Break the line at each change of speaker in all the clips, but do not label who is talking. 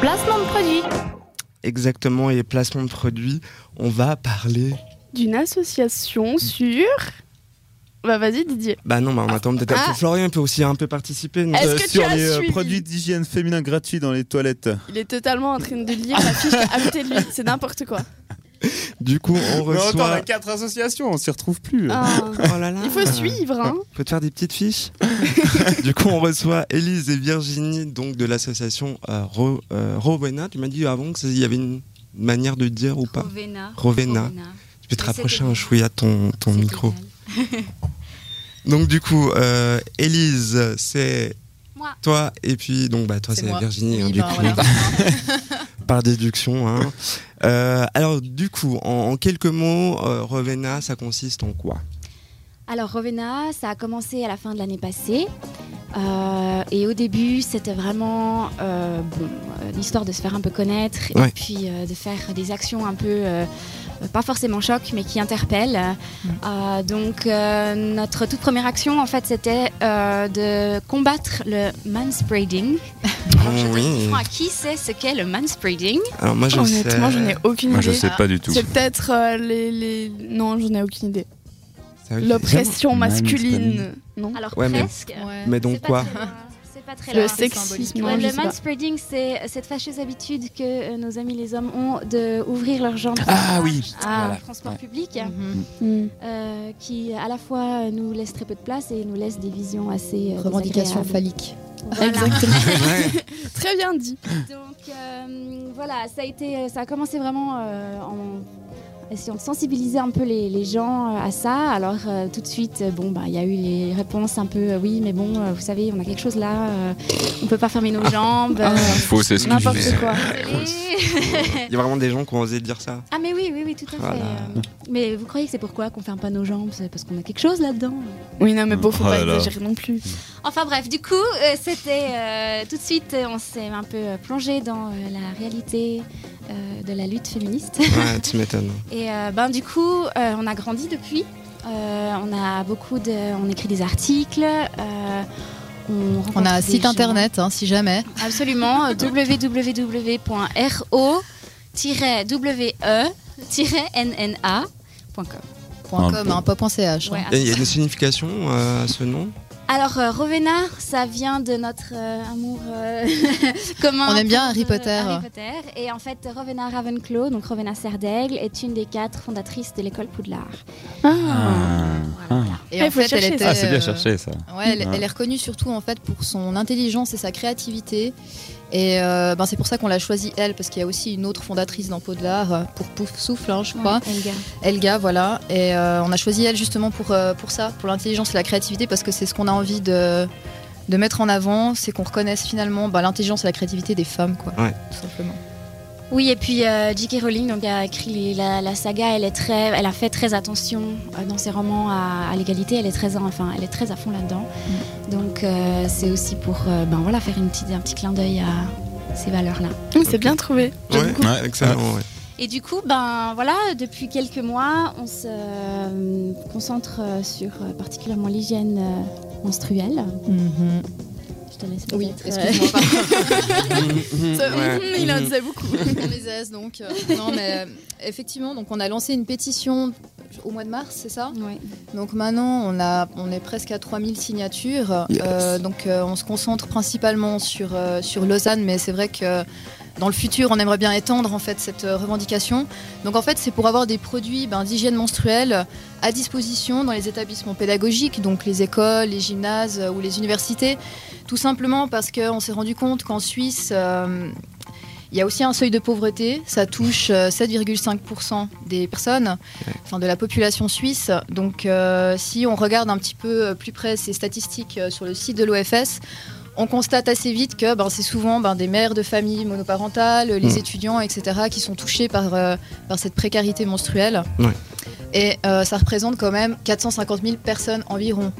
Placement de produit.
Exactement, et placement de produits, on va parler.
D'une association sur. Bah vas-y Didier.
Bah non, bah on attend peut-être un
Ah.
peu Florian, il peut aussi un peu participer. non
Est-ce
Euh,
que tu
sur
as
les euh,
suivi
produits d'hygiène féminin gratuits dans les toilettes.
Il est totalement en train de lire la fiche à côté de lui. C'est n'importe quoi.
Du coup, on
Mais attends, on
reçoit.
a quatre associations, on s'y retrouve plus.
Ah.
Oh là là.
Il faut suivre. Hein.
Ouais, Faut te faire des petites fiches. du coup, on reçoit Élise et Virginie, donc de l'association euh, Ro- euh, Rowena. Tu m'as dit avant qu'il y avait une manière de dire ou pas
Rovena.
Rovena. Tu peux te
Mais
rapprocher
c'était
un
bien.
chouïa de ton, ton
C'est
micro.
génial.
Donc du coup, euh, Élise, c'est
Moi.
toi et puis donc bah toi
C'est
c'est
moi.
Virginie hein,
Oui,
du
bah,
coup
voilà.
par déduction. hein. Euh, alors du coup, en, en quelques mots, euh, Rovena, ça consiste en quoi
Alors Rovena, ça a commencé à la fin de l'année passée. Euh, et au début, c'était vraiment euh, bon, euh, l'histoire de se faire un peu connaître
Ouais.
et puis euh, de faire des actions un peu, euh, euh, pas forcément choc, mais qui interpellent. Euh, donc euh, notre toute première action, en fait, c'était euh, de combattre le manspreading. Alors je te
Ah Oui.
dis, Franck, qui sait ce qu'est le manspreading
Alors moi je
Honnêtement,
sais.
je n'ai aucune
Moi, je
idée.
sais pas du tout.
C'est peut-être euh, les, les. Non, je n'ai aucune idée.
Ça veut dire-
L'oppression
Vraiment
masculine. Non.
Alors
Ouais, mais-
presque.
Ouais.
Mais
C'est
donc
pas
quoi
très loin. C'est pas très
Le
loin.
sexisme.
Ouais,
non, je
le
sais pas.
manspreading, c'est cette fâcheuse habitude que euh, nos amis les hommes ont de ouvrir leurs jambes
Ah oui.
à
Voilà.
un transport
Ouais.
public,
Mhm.
Mm.
euh, qui à la fois nous laisse très peu de place et nous laisse des visions assez euh,
Revendication
désagréables.
phallique.
Voilà.
Ouais.
Très bien dit.
Donc euh, voilà, ça a été, ça a commencé vraiment euh, en essayant de sensibiliser un peu les, les gens euh, à ça. Alors euh, tout de suite, euh, bon bah il y a eu les réponses un peu euh, oui, mais bon, euh, vous savez, on a quelque chose là, euh, on peut pas fermer nos jambes,
Ah.
euh,
Faux, c'est
n'importe quoi.
Il y a vraiment des gens qui ont osé dire ça.
Ah mais oui, oui, oui, tout à
Voilà.
fait. euh, Mais vous croyez que c'est pourquoi qu'on ferme pas nos jambes C'est parce qu'on a quelque chose là-dedans
Oui, non, mais bon, faut
Oh
pas
là là.
exagérer non plus.
Enfin bref, du coup, euh, c'était euh, tout de suite, euh, on s'est un peu euh, plongé dans euh, la réalité euh, de la lutte féministe.
Ouais, tu m'étonnes.
Et euh, ben du coup, euh, on a grandi depuis. Euh, on a beaucoup de, on écrit des articles. euh, on, rencontre
On a un
des
site
gens.
internet, hein, si jamais.
Absolument. euh, www.ro-we-nna.com.
Point
Un
.com,
peu.
hein, pas point .ch. hein.
Ouais,
Et Il y a une signification euh, à ce nom
Alors, euh, Rovena, ça vient de notre euh, amour euh, commun.
On aime bien
pour,
Harry
euh,
Potter.
Harry Potter. Et en fait, Rovena Ravenclaw, donc Rovena Serdaigle, est une des quatre fondatrices de l'école Poudlard. Voilà.
Et en
Ah, faut
fait, elle
chercher ça.
était,
Ah, c'est bien
euh,
cherché ça.
Ouais, elle,
Ouais.
elle est reconnue surtout en fait pour son intelligence et sa créativité. Et euh, ben, c'est pour ça qu'on l'a choisie elle, parce qu'il y a aussi une autre fondatrice dans Poudlard, euh, pour Pouf Souffle, hein, je crois,
Ouais, Helga.
Elga, voilà. Et euh, on a choisi elle justement pour, euh, pour ça, pour l'intelligence et la créativité, parce que c'est ce qu'on a envie de, de mettre en avant, c'est qu'on reconnaisse finalement ben, l'intelligence et la créativité des femmes, quoi.
Ouais.
Tout simplement.
Oui, et puis euh, J.K. Rowling donc, a écrit les- la, la saga, elle, est très, elle a fait très attention euh, dans ses romans à, à l'égalité, elle, est très en- enfin, elle est très à fond là-dedans.
Mm.
Donc euh, c'est aussi pour euh, ben, voilà, faire une petite, un petit clin d'œil à ces valeurs-là.
Mm, C'est bien trouvé. J'aime
Ouais,
beaucoup.
Ouais.
excellent. ouais.
Et du coup, ben voilà, depuis quelques mois, on se euh, concentre euh, sur euh, particulièrement l'hygiène euh, menstruelle. Je te laisse
Oui,
peut-être, euh,
excuse-moi. pardon.
Ça-
Ouais.
Il en disait beaucoup.
On les aise, donc. euh, non, mais euh, effectivement, donc on a lancé une pétition au mois de mars, c'est ça
ouais.
Donc maintenant, on, a, on est presque à 3000 signatures.
Yes.
Euh, donc euh, on se concentre principalement sur, euh, sur Lausanne, mais c'est vrai que dans le futur, on aimerait bien étendre en fait cette euh, revendication. Donc en fait, c'est pour avoir des produits ben, d'hygiène menstruelle à disposition dans les établissements pédagogiques, donc les écoles, les gymnases euh, ou les universités. Tout simplement parce qu'on s'est rendu compte qu'en Suisse, euh, il y a aussi un seuil de pauvreté. Ça touche euh, 7,5% des personnes enfin de la population suisse. Donc euh, si on regarde un petit peu euh, plus près ces statistiques euh, sur le site de l'OFS, on constate assez vite que ben, c'est souvent ben, des mères de familles monoparentales, les
Mm.
étudiants, etc., qui sont touchés par, euh, par cette précarité menstruelle.
Ouais.
Et euh, ça représente quand même 450 000 personnes environ.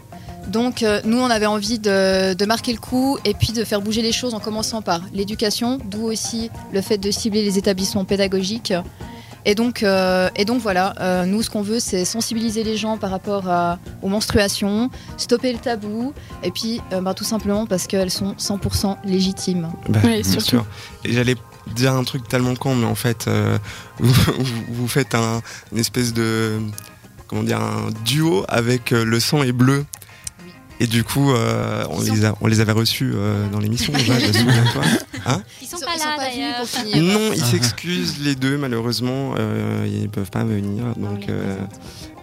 Donc euh, nous, on avait envie de, de marquer le coup et puis de faire bouger les choses en commençant par l'éducation, d'où aussi le fait de cibler les établissements pédagogiques Et donc, euh, et donc voilà, euh, nous ce qu'on veut c'est sensibiliser les gens par rapport à- aux menstruations, stopper le tabou, et puis euh, bah, tout simplement parce qu'elles sont 100% légitimes.
Bah,
Oui,
bien
surtout.
sûr. Et j'allais dire un truc tellement con, mais en fait, euh, vous, vous- vous faites un, une espèce de. Comment dire Un duo avec euh, Le sang est bleu. Et du coup, euh, on, les a, on les avait reçus euh, dans l'émission déjà, je me souviens pas.
Ils sont pas là
venus
d'ailleurs.
pour finir.
Non, ils s'excusent les deux, malheureusement. euh, ils peuvent pas venir.
Non, il
Donc,
est
euh,
présent.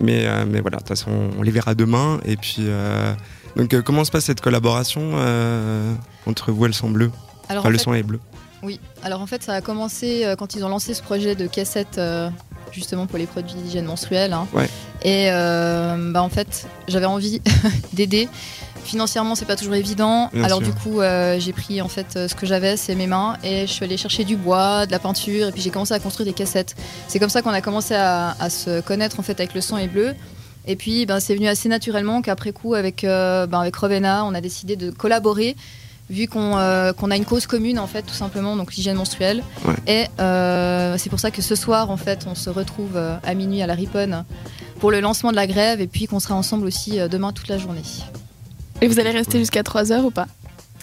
mais, euh, mais voilà, de toute façon, on les verra demain. Et puis. euh, donc, euh, comment se passe cette collaboration euh, entre vous et le sang bleu
Alors,
Enfin,
en
le
fait,
sang est bleu.
Oui, alors en fait ça a commencé euh, quand ils ont lancé ce projet de cassette euh, justement pour les produits d'hygiène menstruelle. hein.
Ouais.
Et euh, bah, en fait j'avais envie d'aider. Financièrement c'est pas toujours évident.
Bien
alors
sûr.
du coup euh, j'ai pris en fait euh, ce que j'avais, c'est mes mains, et je suis allée chercher du bois, de la peinture, et puis j'ai commencé à construire des cassettes. C'est comme ça qu'on a commencé à, à se connaître en fait avec le sang et bleu. Et puis ben, c'est venu assez naturellement qu'après coup avec, euh, ben, avec Rovena on a décidé de collaborer vu qu'on euh, qu'on a une cause commune en fait tout simplement donc l'hygiène menstruelle
Ouais.
et euh, c'est pour ça que ce soir en fait on se retrouve euh, à minuit à la Riponne pour le lancement de la grève et puis qu'on sera ensemble aussi euh, demain toute la journée
Et vous allez rester jusqu'à 3h ou pas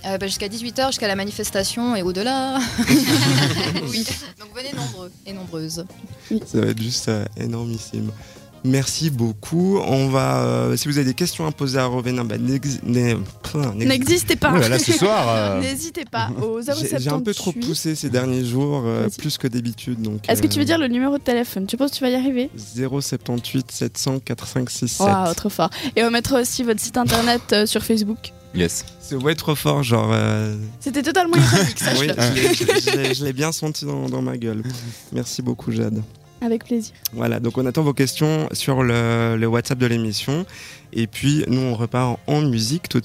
Euh, ben, jusqu'à 18h jusqu'à la manifestation et au-delà Oui. donc venez nombreux et nombreuses
Ça va être juste euh, énormissime. Merci beaucoup. On va, euh, si vous avez des questions à poser à Rovena, bah, n'ex- n'ex- pff, n'ex-
N'existez pas.
Oh là là, ce soir, euh,
N'hésitez pas au
j'ai
078.
j'ai un peu trop poussé ces derniers jours, euh,
Vas-y.
plus que d'habitude. donc,
Est-ce que
euh,
tu veux dire le numéro de téléphone Tu penses que tu vas y arriver
078 700 4567.
Waouh, trop fort. Et on mettra aussi votre site internet euh, sur Facebook.
Yes.
C'est ouais trop fort, genre. euh,
C'était totalement ironique,
oui,
sache-le.
je l'ai- je l'ai- je l'ai bien senti dans, dans ma gueule. Merci beaucoup, Jade.
Avec plaisir.
Voilà, donc on attend vos questions sur le, le WhatsApp de l'émission. Et puis, nous, on repart en musique tout de suite.